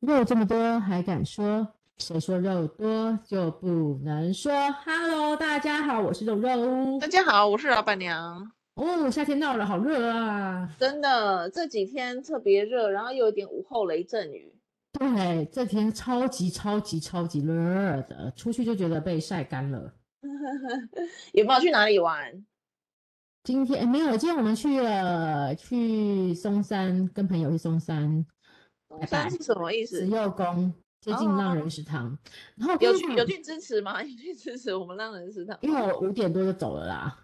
肉这么多还敢说？谁说肉多就不能说？Hello，大家好，我是肉肉大。家好，我是老板娘。哦，夏天到了，好热啊！真的，这几天特别热，然后又有点午后雷阵雨。对，这天超级超级超级热的，出去就觉得被晒干了。有没有去哪里玩？今天、诶没有，今天我们去了去松山，跟朋友去松山，拜拜山是什么意慈思？幼宫接近浪人食堂。然后我跟有你去讲有去支持吗？有 去支持我们浪人食堂？因为我五点多就走了啦。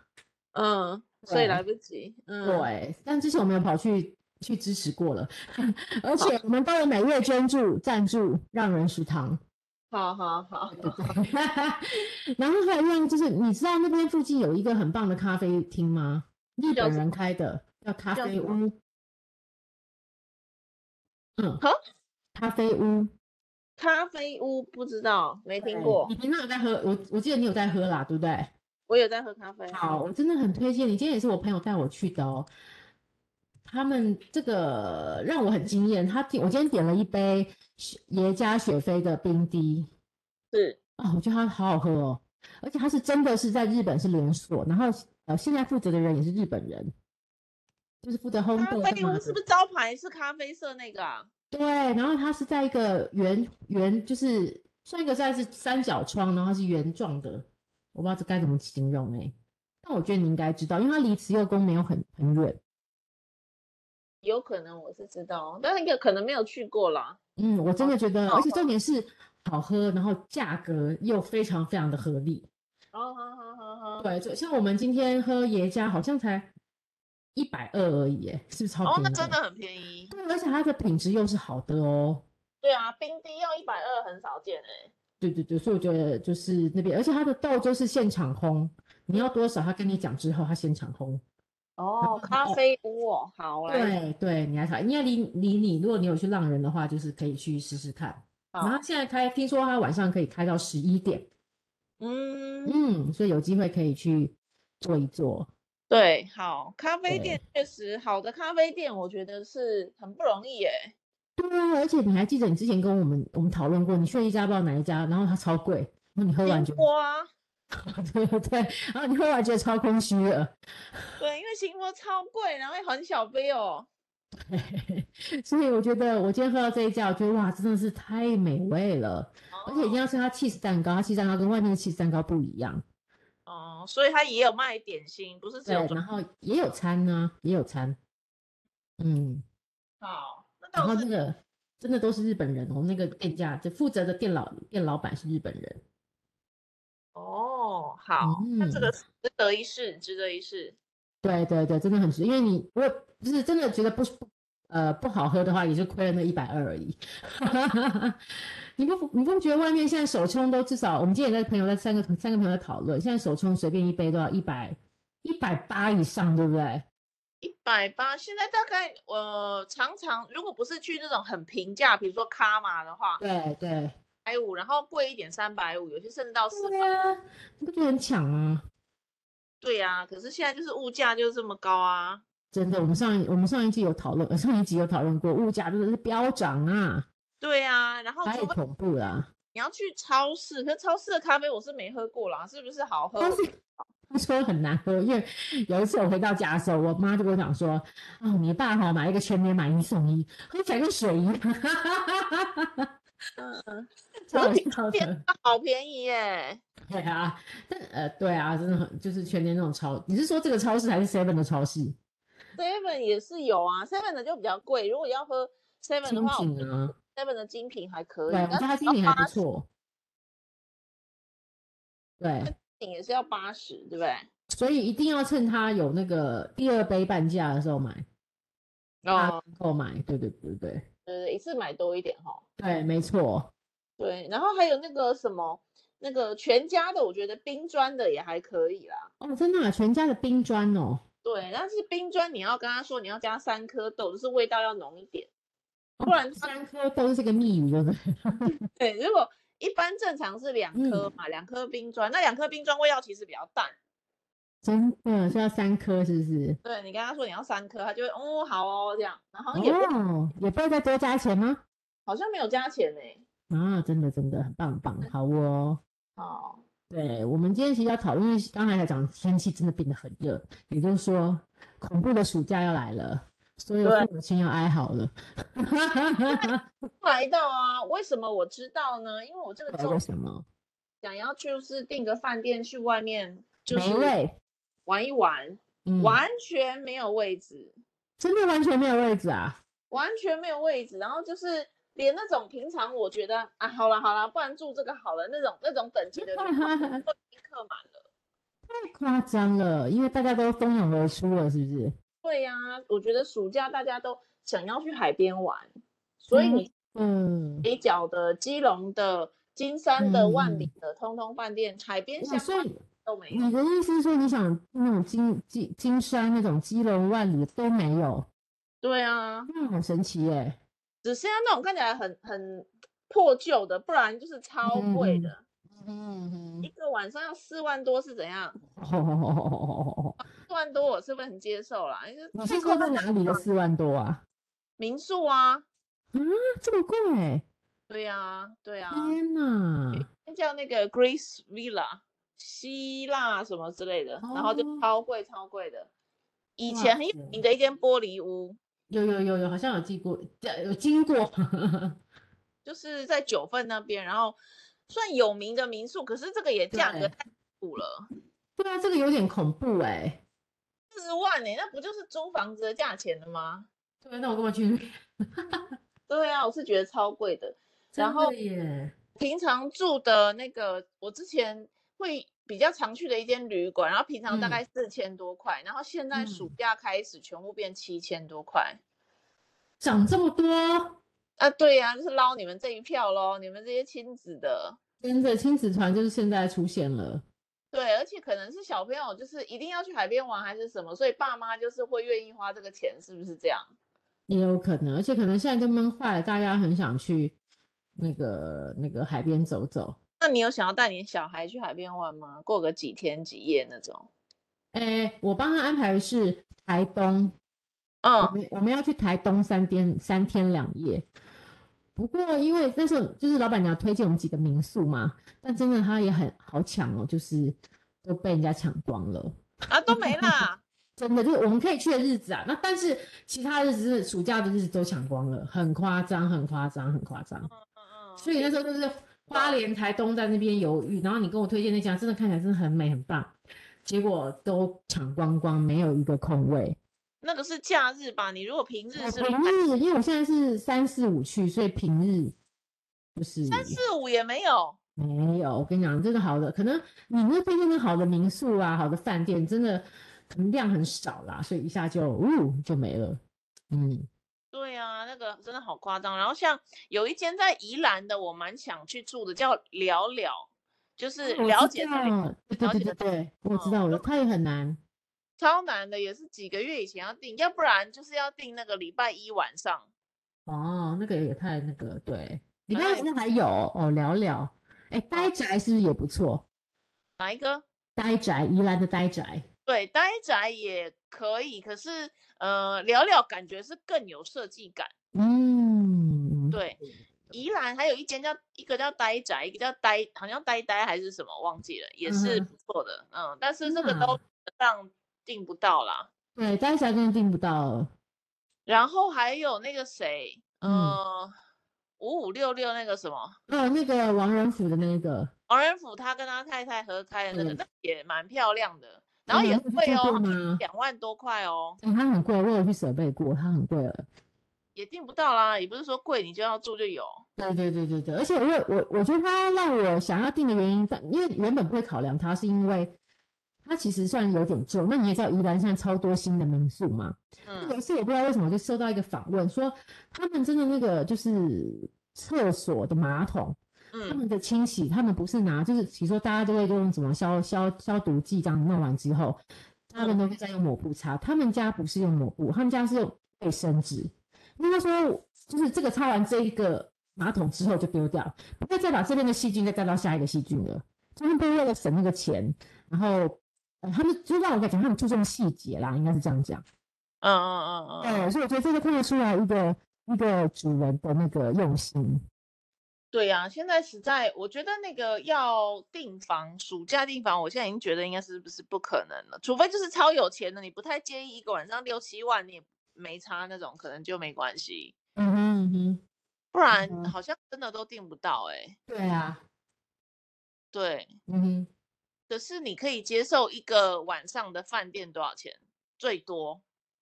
嗯，所对以来不及。嗯，对，但之前我们有跑去去支持过 了，而且我们都有每月捐助赞助让人食堂，好好好， 然后还有另外就是你知道那边附近有一个很棒的咖啡厅吗？日叫本什人开的，叫咖叫啡什么屋。嗯哈，咖啡屋，咖啡屋不知道，没听对过你。平常有在喝？我我记得你有在喝啦，对不对？我有在喝咖啡。好，我真的很推荐你。今天也是我朋友带我去的哦。他们这个让我很惊艳。他点我今天点了一杯雪耶加雪菲的冰滴，是哦，我觉得它好好喝哦。而且它是真的是在日本是连锁，然后呃现在负责的人也是日本人，就是负责烘咖焙啡干嘛屋的。是不是招牌是咖啡色那个啊？对，然后它是在一个圆圆，就是算一个算是三角窗，然后它是圆状的，我不知道这该怎么形容哎、但我觉得你应该知道，因为它离慈幼宫没有很很远。有可能我是知道，但那个可能没有去过啦。嗯，我真的觉得，好而且重点是好喝，然后价格又非常非常的合理。哦，好好好好。对，就像我们今天喝爷家好像才一百二而已耶，是不是超哦，便宜？那真的。很便宜。对，而且它的品质又是好的哦。对啊，冰滴要一百二很少见哎、对对对，所以我觉得就是那边，而且它的豆就是现场烘，你要多少，他跟你讲之后，他现场烘。哦，咖啡屋哦，好，我来对对，你来查，应该离离你，如果你有去浪人的话，就是可以去试试看。然后好，现在开，听说他晚上可以开到十一点，嗯，嗯，所以有机会可以去坐一坐。对，好，咖啡对店确实好的咖啡店，我觉得是很不容易哎、对啊，而且你还记得你之前跟我们我们讨论过，你去了一家不知道哪一家，然后它超贵，然后你喝完觉新波啊，得 对对对，然后你喝完觉得超空虚了，对，因为新波超贵，然后又很小杯哦，所以我觉得我今天喝到这一家，我觉得哇，真的是太美味了，而且一定哦要吃它 cheese 蛋糕，它 cheese 蛋糕跟外面的 cheese 蛋糕不一样，哦，所以它也有卖点心，不是只对，有然装后也有餐呢、也有餐，嗯，好，那然后倒那是个真的都是日本人哦，那个店家就负责的店老店老板是日本人，哦，好，那这嗯个值得一试，值得一试，对对对，真的很值，因为你如果就是真的觉得不不呃不好喝的话，也就亏了那一百二而已。 你不你不觉得外面现在手冲都至少，我们今天也在朋友在三个三个朋友在讨论，现在手冲随便一杯都要一百一百八以上，对不对？一百八，现在大概呃，常常如果不是去那种很平价，比如说卡玛的话，对对，百五，然后贵一点三百五，有些甚至到四对百。啊，你不觉得很抢吗？对呀、可是现在就是物价就是这么高啊。真的，我们上一我们上一季有讨论， 呃上一集有讨论过，物价真的是飙涨啊，对呀、然后太除非恐怖了、你要去超市，可是超市的咖啡我是没喝过啦，是不是好喝？但是 他说很难喝，因为有一次我回到家的时候，我妈就跟我讲说：“哦，你爸哈、买一个全年买一送一，喝起来跟水一样。”哈哈哈哈哈，嗯，超我级好天的。啊好便宜耶！ 对啊，但呃，对啊，真的很就是全年那种超，你是说这个超市还是 Seven 的超市？ Seven 也是有啊，Seven 的就比较贵。如果要喝 Seven 的精话品啊， ，Seven 的精品还可以，对，我觉但得它是精要品还不80错。对，也是要八十，对不对？所以一定要趁它有那个第二杯半价的时候买，大哦，购买。对对对对呃，一次买多一点哈。对，没错。对，然后还有那个什么，那个全家的，我觉得冰砖的也还可以啦。哦，真的、啊，全家的冰砖哦。对，但是冰砖你要跟他说你要加三颗豆，就是味道要浓一点，哦不然它三颗都是个密语，对不对？对，如果一般正常是两颗嘛，两颗冰砖，那两颗冰砖味道其实比较淡。真的是要三颗，是不是？对你跟他说你要三颗，他就会哦好哦这样，然后也不哦，也不会再多加钱吗？好像没有加钱呢、啊，真的真的很棒很棒，嗯好哦。好，对我们今天其实要讨论，因为刚才才讲天气真的变得很热，也就是说恐怖的暑假要来了，所有对父母亲要哀嚎了。来到啊，为什么我知道呢？因为我这个不知道周为什么？想要就是订个饭店去外面，就没是位，玩一玩，嗯，完全没有位置，真的完全没有位置啊！完全没有位置，然后就是。连那种平常我觉得啊，好了好了，不然住这个好了，那种那种等级的都已 经客满了。太夸张了，因为大家都蜂拥而出了，是不是？对呀、我觉得暑假大家都想要去海边玩，所以嗯你嗯，北角的、基隆的、金山的、万里嗯的，通通饭店海边哇相所关以嗯都没有你。的意思是说你想那种金金金山那种基隆万里都没有，对啊，那好神奇耶、只剩下那种看起来很很破旧的，不然就是超贵嗯的，嗯一个晚上要四万多是怎样？哦，四万多我是不是很接受啦？因为你太是夸说在张了哪里的四万多啊？民宿啊？啊，这么贵、对啊呀，对呀，天哪！那叫那个 Greece Villa，希腊什么之类的，然后就哦超贵超贵的。以哇前很有塞名的一间玻璃屋，有有有有，好像有记过， 呃有经过。就是在九份那边，然后算有名的民宿，可是这个也价格对太苦了，对啊，这个有点恐怖哎、四十万呢、欸那不就是租房子的价钱了吗？对，啊那我干嘛去？对啊，我是觉得超贵的。真然后的耶，平常住的那个，我之前会比较常去的一间旅馆，然后平常大嗯概四千多块，然后现在暑嗯假开始全部变七千多块。涨这么多，啊，对呀、就是捞你们这一票喽，你们这些亲子的。真的亲子团就是现在出现了。对，而且可能是小朋友就是一定要去海边玩还是什么，所以爸妈就是会愿意花这个钱，是不是这样？也有可能，而且可能现在都闷坏了，大家很想去那个那个海边走走。那你有想要带你小孩去海边玩吗？过个几天几夜那种？哎，我帮他安排的是台东，我嗯，们我们要去台东三天三天两夜。不过因为那时候就是老板娘推荐我们几个民宿嘛，但真的他也很好抢哦，就是都被人家抢光了。啊，都没啦，真的就是我们可以去的日子啊，那但是其他日子暑假的日子都抢光了，很夸张，很夸张，很夸张。嗯 嗯，所以那时候就是花莲、台东在那边犹豫，然后你跟我推荐那家，真的看起来真的很美很棒，结果都抢光光，没有一个空位。那个是假日吧？你如果平日呃是平日，因为我现在是三四五去，所以平日就是三四五也没有，没有。我跟你讲，真的好的，可能你那推荐的好的民宿啊，好的饭店，真的可能量很少啦，所以一下就呜就没了。嗯，对啊，那个真的好夸张。然后像有一间在宜兰的，我蛮想去住的，叫聊聊，就是哦我了知解这里道，对对对了对解的对，我知嗯道，我就的它也很难。超难的，也是几个月以前要订，要不然就是要订那个礼拜一晚上。哦，那个也太那个，对，礼好拜像五也那还有哦，聊聊，哎，呆宅是不是也不错？哪一个？呆宅，宜兰的呆宅，对，呆宅也可以，可是呃，聊聊感觉是更有设计感。嗯，对，宜兰还有一间叫一个叫呆宅，一个叫呆，好像呆呆还是什么忘记了，也是嗯哼不错的。嗯，但是这个真的啊都上订不到啦。对，呆宅真的订不到了，然后还有那个谁，嗯呃，五五六六那个什么哦，那个王仁甫的那个，王仁甫，他跟他太太合开的那个，嗯那也蛮漂亮的，然后嗯也那个是 贵最贵哦，好像吗两万多块哦，哎，它很贵，我有去设备过，它很贵了。也订不到啦，也不是说贵你就要住就有。对对对对对，而且我有我我觉得它让我想要订的原因，但因为原本不会考量它，是因为它其实算有点旧。那你也知道，宜兰现在超多新的民宿嘛，有嗯一次我不知道为什么，我就收到一个访问，说他们真的那个就是厕所的马桶，他嗯们的清洗，他们不是拿就是，比如说大家都会用什么消消消毒剂这样弄完之后，他们都会再用抹布擦，他们家不是用抹布，他们家是用卫生纸。因为他说就是这个擦完这一个马桶之后就丢掉，不会再把这边的细菌再带到下一个细菌了。他们都为了省那个钱，然后。呃他们就让我感觉他们注重细节啦，应该是这样讲。嗯嗯嗯嗯，对，所以我觉得这个看得出来一个那个主人的那个用心。对呀、现在实在我觉得那个要订房，暑假订房，我现在已经觉得应该是不是不可能了，除非就是超有钱的，你不太介意一个晚上六七万，你也没差那种，可能就没关系。嗯哼嗯哼，不然嗯好像真的都订不到哎、对啊，对，嗯哼，可是你可以接受一个晚上的饭店多少钱？最多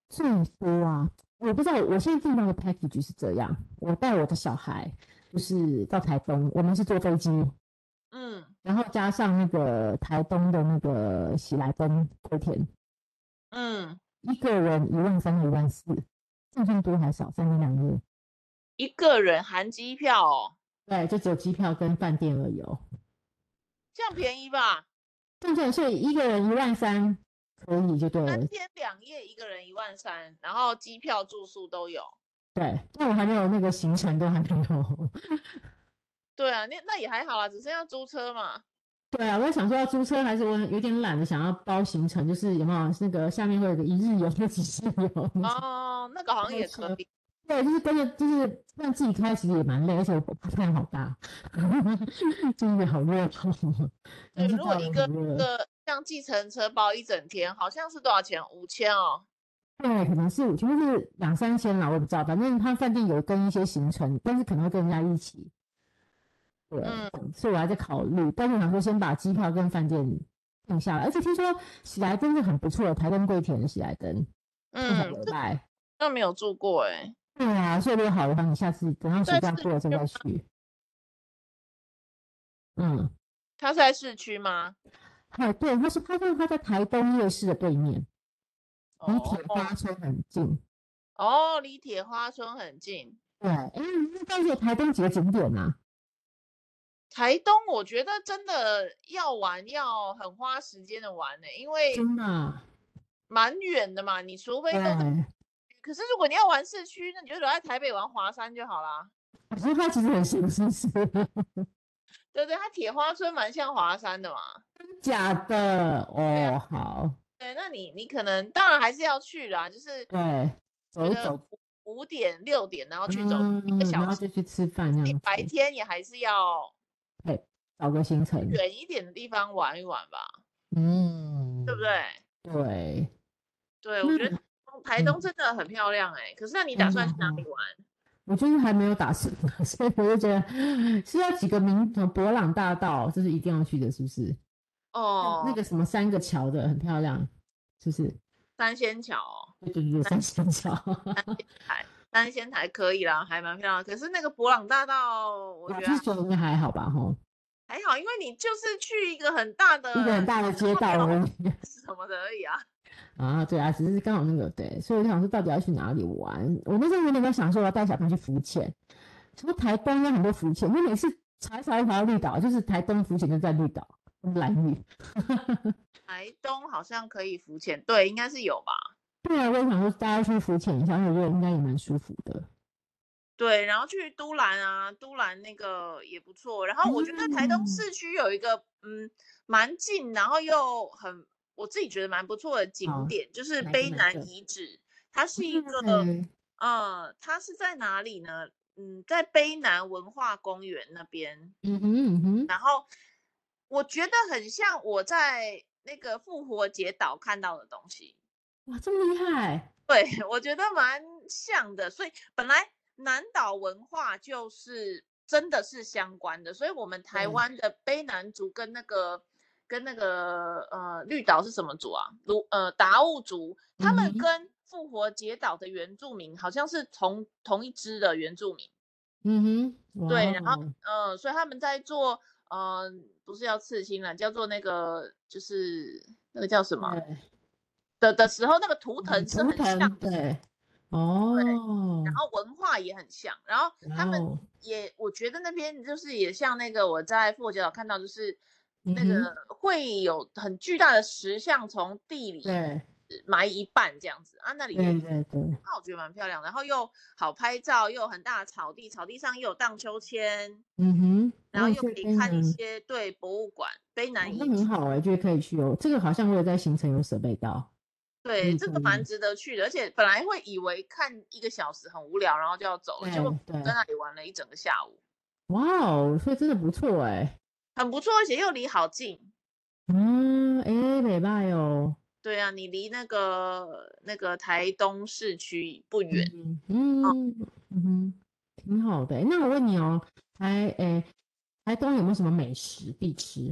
最多啊，我不知道，我现在订到的 package 是这样，我带我的小孩就是到台东，我们是坐飞机，嗯然后加上那个台东的那个喜来登龟田，嗯，一个人一万三到一万四，这样多还少，三天两夜。一个人含机票哦，对，就只有机票跟饭店而已哦。这样便宜吧？对对，所以一个人一万三可以就对了三。天两夜，一个人一万三，然后机票、住宿都有。对，但我还没有那个行程都还没有。 对啊，那那也还好啦，只剩下租车嘛。对啊，我在想说要租车，还是我有点懒得想要包行程，就是有没有那个下面会有个一日游或几日游那种。哦，那个好嗯像租也可车以。 对，就是跟着，就是让自己开，其实也蛮累，而且我太阳好大， 就是也好热哦。 对，也是如果到一了个很一热个像计程车包一整天，好像是多少钱？五千哦。对，可能是我觉得是两三千啦，我也不知道，反正他饭店有跟一些行程，但是可能会跟人家一起。对，嗯所以我还在考虑，但是我想说先把机票跟饭店定下来，而且听说喜来登是很不错的，台登桂田的喜来登，上很嗯，有赖。那没有住过哎、对啊，所以如果好的话，你下次等到暑对假是过了之后就再去。嗯，它是在市区吗？还有对，他是他说他在台东夜市的对面，离哦铁花村很近。哦，离铁花村很近。对，哎，那但是台东几个景点啊？台东我觉得真的要玩要很花时间的玩呢、因为真的啊、蛮远的嘛，你除非都在对。可是如果你要玩市区，那你就留在台北玩华山就好啦。我觉得它其实很神是不是 对对，它铁花村蛮像华山的嘛。假的啊哦。好，对，那你你可能当然还是要去啦，就是对，走一觉得走，五点六点然后去走一嗯，个然小后时，就去吃饭这你样子，白天也还是要找个行程，远一点的地方玩一玩吧，嗯，对不？对？对，对，我觉得那台东台东嗯真的很漂亮哎、可是那你打真算的去哪哦里玩？我就是还没有打算，所以我就觉得是要几个名，什么博朗大道，这是一定要去的，是不是？哦，那个什么三个桥的很漂亮，是不是？三仙桥、哦、对对对，三仙桥，三仙台可以啦，还蛮漂亮。可是那个博朗大道， 我我觉 是得觉得应该还好吧，吼，还好，因为你就是去一个很大的一个很大的街 道哦然后而已。什么的而已啊。啊，对啊，只是刚好那个对，所以我想说到底要去哪里玩？我那时候原本在想说我要带小朋友去浮潜，什么台东有很多浮潜，我每次查一查一查到绿岛，就是台东浮潜就在绿岛，蓝屿。台东好像可以浮潜，对，应该是有吧？对啊，我也想说大家去浮潜一下，我觉得应该也蛮舒服的。对，然后去都兰啊，都兰那个也不错。然后我觉得台东嗯市区有一个嗯蛮近，然后又很我自己觉得蛮不错的景好点，就是哪个卑哪南个遗址，它是一个嗯呃，它是在哪里呢？嗯，在卑南文化公园那边。嗯哼嗯哼，然后我觉得很像我在那个复活节岛看到的东西。哇，这么厉害！对，我觉得蛮像的，所以本来南岛文化就是真的是相关的，所以我们台对湾的卑南族跟那个跟那个呃绿岛是什么族啊？卢呃达悟族，他嗯们哼跟复活节岛的原住民好像是同同一支的原住民，嗯哼，对然后哇哦呃，所以他们在做呃不是要刺青了，叫做那个就是那个叫什么对的的时候，那个图腾嗯是图很像腾的。对，哦，然后文化也很像，然后他哇们哦也，我觉得那边就是也像那个我在复活节岛看到，就是那嗯哼个会有很巨大的石像从地里对埋一半这样子啊，那里也对对对，那我觉得蛮漂亮，然后又好拍照，又有很大的草地，草地上又有荡秋千，嗯哼，然后哇这又可以边看一呢些对博物馆，卑哦南遗那很址，好哎、欸，觉得可以去哦。这个好像我有在行程有准备到。对，嗯这个同意蛮值得去的，而且本来会以为看一个小时很无聊，然后就要走了，结果对对在那里玩了一整个下午，哇哦，所以真的不错哎、很不错，而且又离好近。嗯，哎，美拜哦，对啊，你离那个那个台东市区不远，嗯嗯嗯哼，挺好的欸、那我问你哦，台诶，台东有没有什么美食必吃？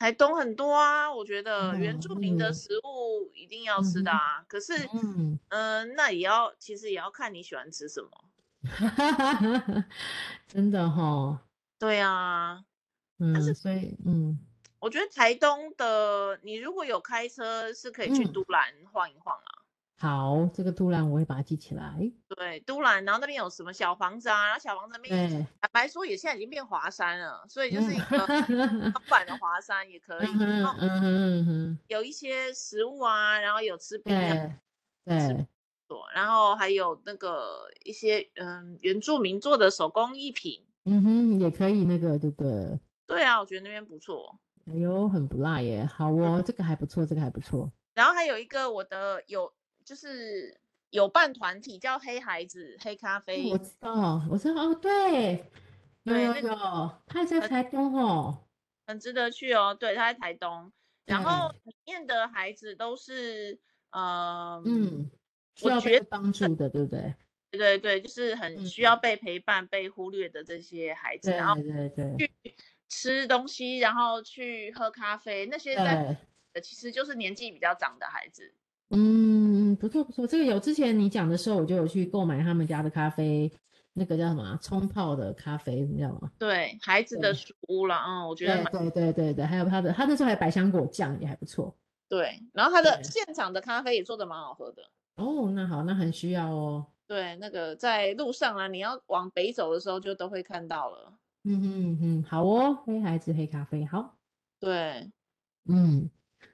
台东很多啊，我觉得原住民嗯的食物一定要吃的嗯哼啊。可是，嗯，嗯，那也要其实也要看你喜欢吃什么。 真的哈、对啊，嗯，是所以嗯，我觉得台东的你如果有开车是可以去嗯都兰晃一晃啊。好，这个突然我会把它记起来。对，都兰，然后那边有什么小房子啊，然后小房子那边对，坦白说也现在已经变华山了，所以就是一个嗯 钢板的华山也可以。嗯哼然后嗯哼嗯哼，有一些食物啊，然后有吃冰的对对，做，然后还有那个一些嗯原住民做的手工艺品。嗯哼，也可以那个对不对？对啊，我觉得那边不错。哎呦，很不赖耶，好哦，这个还不错，这个还不错。然后还有一个我的有就是有办团体叫黑孩子黑咖哦啡，我知道，我知道哦，对，有对有那个呃有，他也在台东哦，很值得去哦。对，他在台东，然对后里面的孩子都是，呃，嗯，需我要觉被帮助的，对不 对？对对对，就是很需嗯要被陪伴、被忽略的这些孩子，对然后对对去吃东西，然后去喝咖啡，那些在对，呃其实就是年纪比较长的孩子。嗯，不错不错，这个有之前你讲的时候，我就有去购买他们家的咖啡，那个叫什么啊冲泡的咖啡，你知道吗？对孩子对的书屋了，嗯，我觉得对蛮对对对对，还有他的，他那时候还有百香果酱也还不错。对。然后他的对现场的咖啡也做的蛮好喝的，哦，那好，那很需要哦。对，那个在路上啊，你要往北走的时候就都会看到了。嗯哼嗯哼，好哦，黑孩子黑咖啡，好，对，嗯，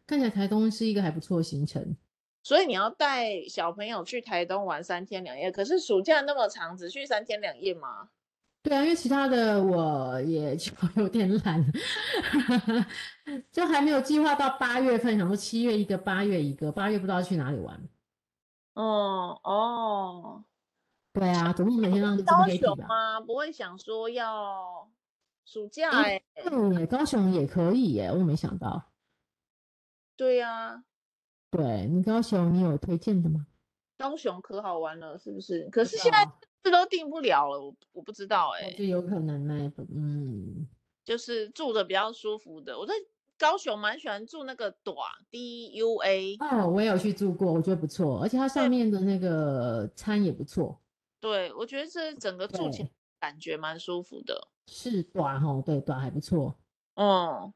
看起来台东是一个还不错的行程。所以你要带小朋友去台东玩三天两夜，可是暑假那么长，只去三天两夜吗？对啊，因为其他的我也就 有点懒，就还没有计划到八月份，想说七月一个，八月一个，八月不知道去哪里玩。嗯哦哦，对啊，总不能每天让这个高黑底雄吧？吗？不会想说要暑假诶哎、对耶，高雄也可以耶，我没想到。对啊呀、对你高雄，你有推荐的吗？高雄可好玩了，是不是？可不是知现在道这都订不了了，我我不知道哎、我觉得有可能呢、嗯，就是住的比较舒服的。我在高雄蛮喜欢住那个短 D U A，哦，我也有去住过，我觉得不错，而且它上对面的那个餐也不错，对我觉得这整个住起对来感觉蛮舒服的。是短哦，对，短还不错，嗯。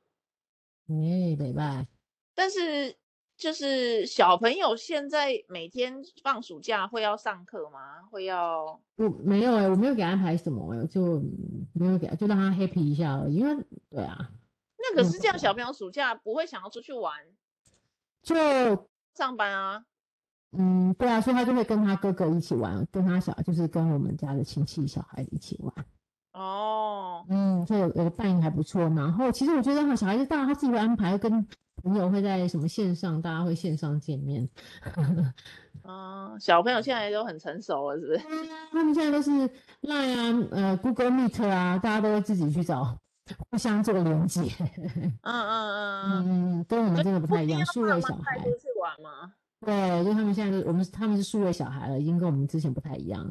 哎，北拜，但是就是小朋友现在每天放暑假会要上课吗？会要我没有哎、我没有给他安排什么哎、我就嗯没有给他，就让他 happy 一下而已，因为对啊，那可嗯是这样，小朋友暑假不会想要出去玩、就上班啊？嗯，对啊，所以他就会跟他哥哥一起玩，跟他小就是跟我们家的亲戚小孩一起玩，哦，嗯，所以有个伴还不错。然后其实我觉得哈，小孩子大，他自己会安排跟朋友会在什么线上，大家会线上见面。嗯、小朋友现在都很成熟了，是不是？ 他们现在都是 Line 啊，呃，Google Meet 啊，大家都会自己去找互相做连接。嗯嗯嗯 嗯，跟我嗯，们所真的以不不太一一定样，要数爸位妈小带孩。出去玩吗？对，就他们现在都我们是他们是数位小孩了，已经跟我们之前不太一样。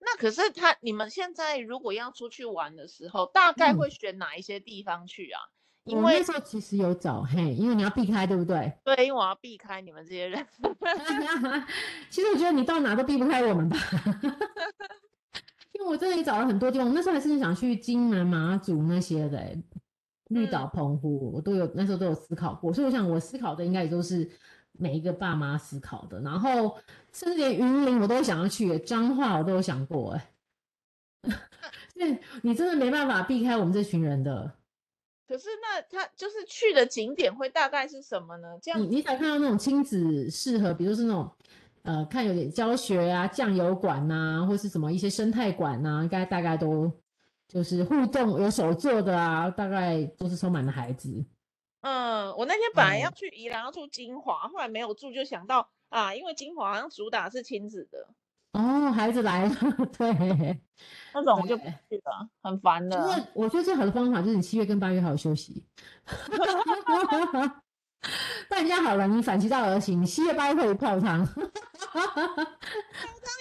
那可是他你们现在如果要出去玩的时候，大概嗯会选哪一些地方去啊？我因那为时候其实有找嘿，因为你要避开，对不对？对，因为我要避开你们这些人。 其实我觉得你到哪都避不开我们吧， 因为我真的也找了很多地方，我那时候还是想去金门、马祖那些的欸、绿岛、嗯澎湖，我都有那时候都有思考过，所以我想我思考的应该也都是每一个爸妈思考的，然后甚至连云林我都想要去欸，彰化我都有想过、欸， 哎，对你真的没办法避开我们这群人的。可是那他就是去的景点会大概是什么呢？这样嗯你你想看到那种亲子适合，比如是那种，呃，看有点教学啊、酱油馆呐、或是什么一些生态馆呐、应该大概啊都就是互动有手做的啊，大概都是充满了孩子。嗯，我那天本来要嗯去宜兰要住金华，后来没有住，就想到啊，因为金华好像主打是亲子的哦，孩子来了， 对。那种，我就不对去了，很烦的。那我觉得最好的方法就是你七月跟八月好好休息。 大家好了，你反其道而行，七月八月会泡汤。那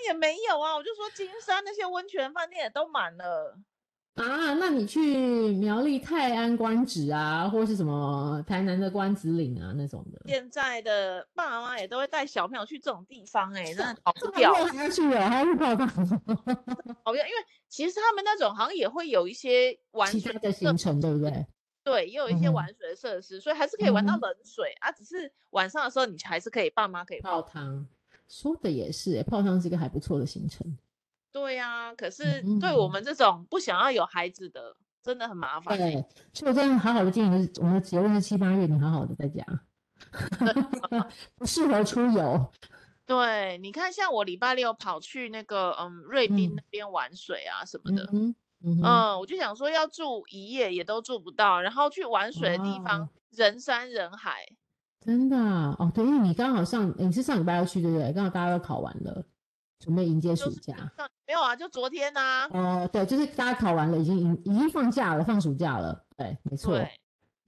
也没有啊，我就说金山那些温泉饭店也都满了。啊，那你去苗栗泰安官职啊，或是什么台南的关子岭啊那种的，现在的爸妈也都会带小朋友去这种地方、欸，哎，真的逃不这么掉。热还要去哦，还要去泡汤，好像因为其实他们那种好像也会有一些玩其水他的设行程对不对？对，也有一些嗯哼玩水的设施，所以还是可以玩到嗯哼冷水、啊。只是晚上的时候，你还是可以爸妈可以泡泡。汤，说的也是、欸，泡汤是一个还不错的行程。对呀、嗯可是对我们这种不想要有孩子的，真的很麻烦。对，所以我真的好好的建议就是，我们的结论是七八月你好好的在家， 不适合出游。对，你看，像我礼拜六跑去那个嗯瑞滨嗯那边玩水啊什么嗯的，哼，嗯哼，嗯，我就想说要住一夜也都住不到，然后去玩水的地方、哦人山人海，真的啊、哦，对，因为你刚好上，你是上礼拜要去对不对？刚好大家都考完了，准备迎接就暑是假。上没有啊，就昨天呐、哦，对，就是大家考完了，已经已已经放假了，放暑假了。对，没错，对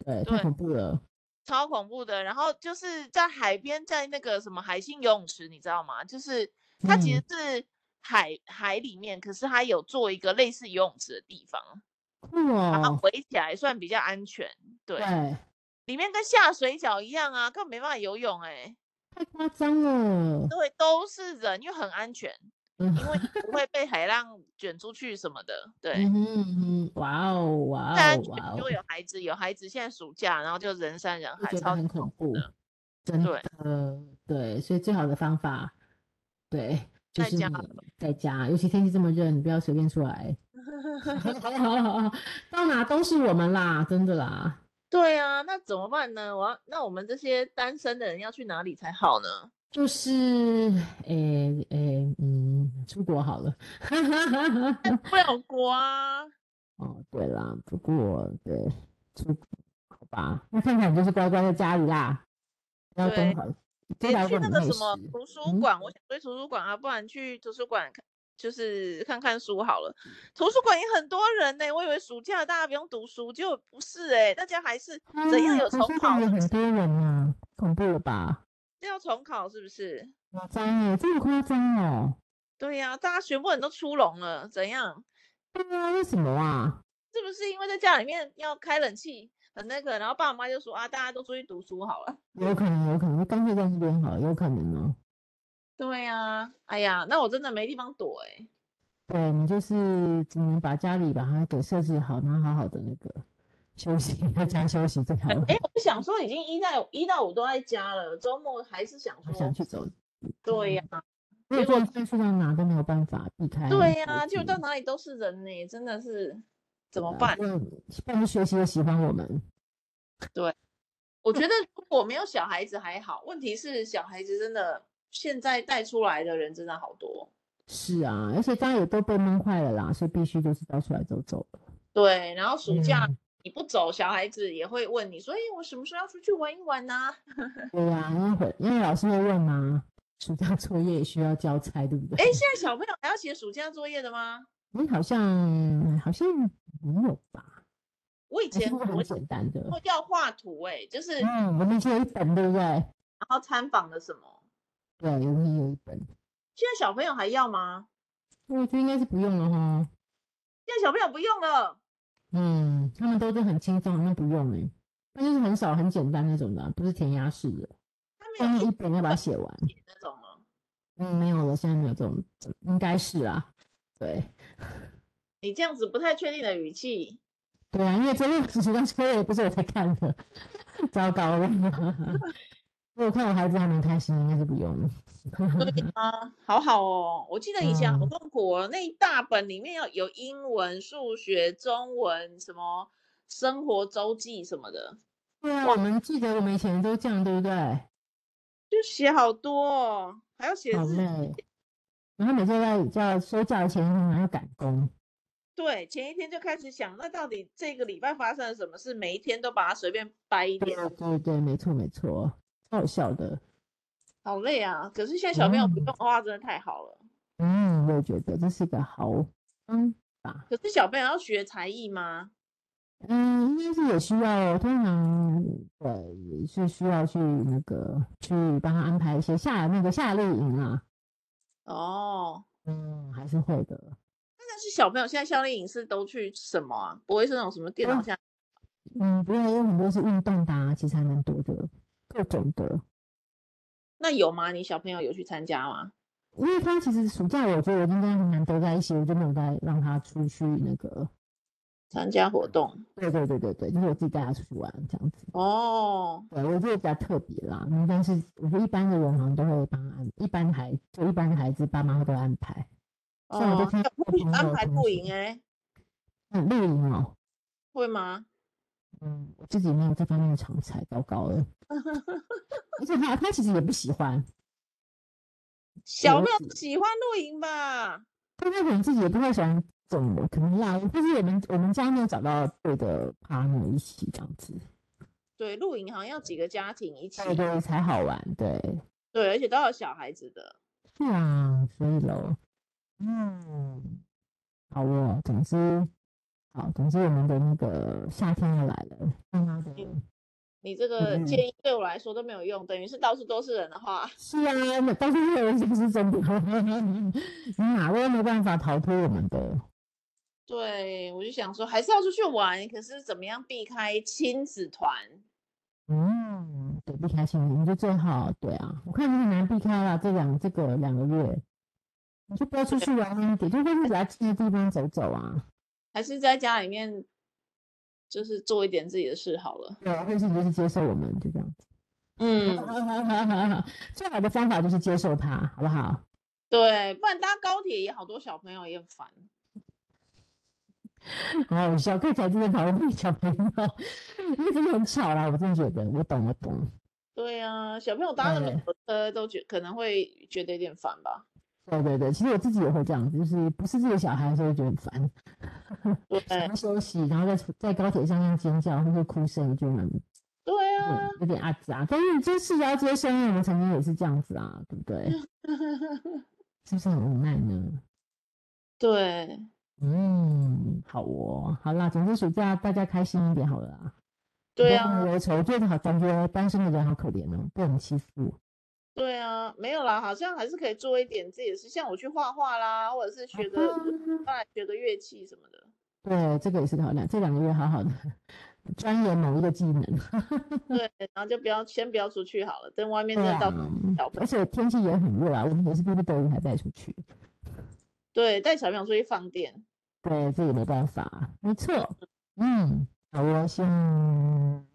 对，，太对恐怖了。超恐怖的。然后就是在海边，在那个什么海星游泳池，你知道吗？就是它其实嗯是海、海里面，可是它有做一个类似游泳池的地方，酷把它哦，围起来，算比较安全。对，对，里面跟下水饺一样啊，根本没办法游泳哎、太夸张了。对，都是人，又很安 全，嗯因为你不会被海浪卷出去什么的。对，嗯哼嗯哼，哇哦哇但哦就哇就哦会，有孩子，有孩子现在暑假，然后就人山人我海，觉超得级很恐怖，真对的对，所以最好的方法，对，就在是家你在家，尤其天气这么热，你不要随便出 来。 到哪都是我们啦，真的啦。对啊，那怎么办呢？我要那我们这些单身的人要去哪里才好呢？就是，诶、诶、嗯，出国好了。 嗯不了国啊，哦，对啦，不过对，出国好吧，那看看你就是乖乖在家里啦，不要对东跑，你街道去都很嗯那个美什么食图书馆，我想去图书馆啊，不然去图书馆看，就是看看书好了。图书馆也很多人呢、我以为暑假大家不用读书，结果不是哎、大家还是怎样啊有图重书考馆是有不很是？多人啊，恐怖了吧？要重考是不是？夸张耶，这么夸张哦？对呀、大家全部人都出笼了，怎样？对啊，为什么啊？是不是因为在家里面要开冷气很那个，然后爸妈就说啊，大家都出去读书好了。有可能，有可能，干脆在那边好了，有可能哦。对呀、哎呀，那我真的没地方躲哎、对你就是只能把家里把它给设置好，然后好好的那个休息， 在家休息最好了。哎、我想说已经一到一到五都在家了，周末还是想我说，想去走，嗯对呀、如结果果坐在树上哪都没有办法避开。对呀、就到哪里都是人呢、真的是怎呃么办？？办公学习又喜欢我们，我觉得如果没有小孩子还好，问题是小孩子真的现在带出来的人真的好多。是啊，而且大家也都被闷坏了啦，所以必须就是到出来走走了。对，然后暑假嗯你不走，小孩子也会问你说，哎、我什么时候要出去玩一玩呢、对呀、因为会因为老师会问嘛，暑假作业也需要交差，对不对？哎、现在小朋友还要写暑假作业的吗？ 你好像好像没有吧？我以 还是前会很我简单的。要画图、哎，就是然嗯，我们以前有一本，对不对？后参访的什么，对，有一有一本，现在小朋友还要吗？我觉得应该是不用了哈。现在小朋友不用了。嗯，他们都是很轻松，好像不用哎、欸，那就是很少很简单那种的啊，不是填鸭式的，他下们面有一去本要把它写完。写那种了。嗯，没有了，现在没有这种，应该是啦、对你这样子不太确定的语气，对啊，因为这六十几张作业不是我在看的， 糟糕了。我看我孩子还蛮开心的，应该是不用了。啊，好好哦。我记得以前好嗯痛苦哦，那一大本里面要有英文、数学、中文，什么生活周记什么的，对啊，哇我们记得我们以前都这样，对不对？就写好多哦，还要写好日记。累。然后每次在叫休假前一天还要赶工，对，前一天就开始想，那到底这个礼拜发生了什么事？每一天都把它随便掰一对点，啊对对，没错没错，超好笑的。好累啊！可是现在小朋友不嗯用的话，真的太好了。嗯，我也觉得这是一个好方法。可是小朋友要学才艺吗？嗯，应该是也需要，通常对是需要去那个去帮他安排一些夏那个夏令营啊。哦，嗯，还是会的。但是小朋友现在校内影视都去什么啊？不会是那种什么电脑嗯下？嗯，不用，有很多是运动的、啊，其实还蛮多的，各种的。那有吗？你小朋友有去参加吗？因为他其实暑假，我觉得我跟他很难得在一起，我就没有再让他出去那个。参加活动？对对对对对，就是我自己带他出去玩这样子。哦，对，我觉得比较特别啦。嗯但是我觉得一般的人好像都会帮他安，一般孩就一般的孩子，爸妈会都安排。哦，像我都听小我朋友朋安友排同露学营哎、嗯，露营哦，会吗？嗯，我自己没有这方面的常才，糟糕了。而且他他其实也不喜欢，小了朋友解不喜欢露营吧？但他可能自己也不太喜欢这种的，可能啦，或是我们我们家没有找到对的 partner 一起这样子，对，露营好像要几个家庭一起，对对才好玩，对，对，而且都要有小孩子的。是啊，所以喽，嗯，好哦，总之，好，总之我们的那个夏天要来了，让他的你这个嗯建议对我来说都没有用，等于是到处都是人的话， 是啊，那但是这个人是真的， 你哪位没办法逃脱我们的。对我就想说还是要出去玩，可是怎么样避开亲子团？嗯，对，避开心理，你就最好对啊。我看你很难避开了，这两这个两个月，你就不要出去玩了一点，就或是比较近的地方走走啊。还是在家里面就是做一点自己的事好了。对啊，或是你就是接受我们，就这样。嗯， 最好的方法就是接受它，好不 好？ 对，不然搭高铁也好多小朋友也很烦。好好笑，可以才真的讨论这个小朋友， 因为真的很吵啊啦，我真的觉得，我懂，我懂。对啊，小朋友搭那么对久的车都觉可能会觉得有点烦吧。对对对，其实我自己也会这样子，就是不是自己的小孩的时候就觉得很烦，想对要休息，然后在在高铁上面尖叫或者哭声，我觉得蛮对对啊，有点阿杂，但是你这是要接受，因为我们曾经也是这样子啊，对不对？嗯嗯是不是很无奈呢？ 对，嗯，好哦，好啦，总之暑假大家开心一点好了啊啦。不对啊要那。么忧愁，我觉得好感觉单身的人好可怜哦，被我们欺负。对啊，没有啦，好像还是可以做一点自己的事，像我去画画啦，或者是学啊个，当然学个乐器什么的。对，这个也是个好两，这两个月好好的钻研某一个技能。对，然后就不要先不要出去好了，等外面对真的啊到小，朋而友，且天气也很热啊，我们也是逼不得已才带出去。对，带小朋友出去放电。对，这也没办法，没错。嗯，好哦，希望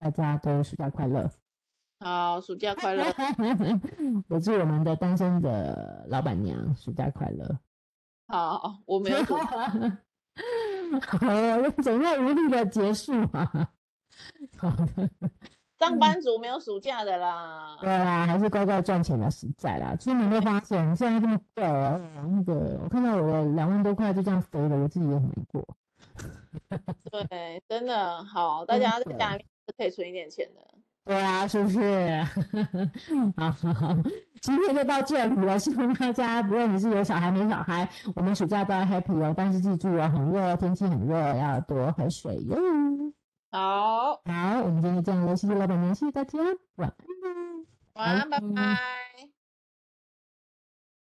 大家都暑假快乐。，好，暑假快乐我祝我们的单身的老板娘暑假快乐。 好，我没有 暑好了，怎么无力的结束啊？ 好的，上嗯班族没有暑假的啦。对啦，还是乖乖赚钱的啊实在啦。其实你会发现，现在这么贵啊，那个我看到我的两万多块就这样飞了，我自己也很难过。对，真的好，大真家在的家里面是可以存一点钱的。对啊，是不是？ 好好好，今天就到这里了。希望大家，不论你是有小孩没小孩，我们暑假都要 happy 哦。但是记住哦，很热，天气很热，要多喝水哟。好，好，我们今天就这样了，谢谢老板娘，谢谢大家，晚安。晚安，拜嗯拜。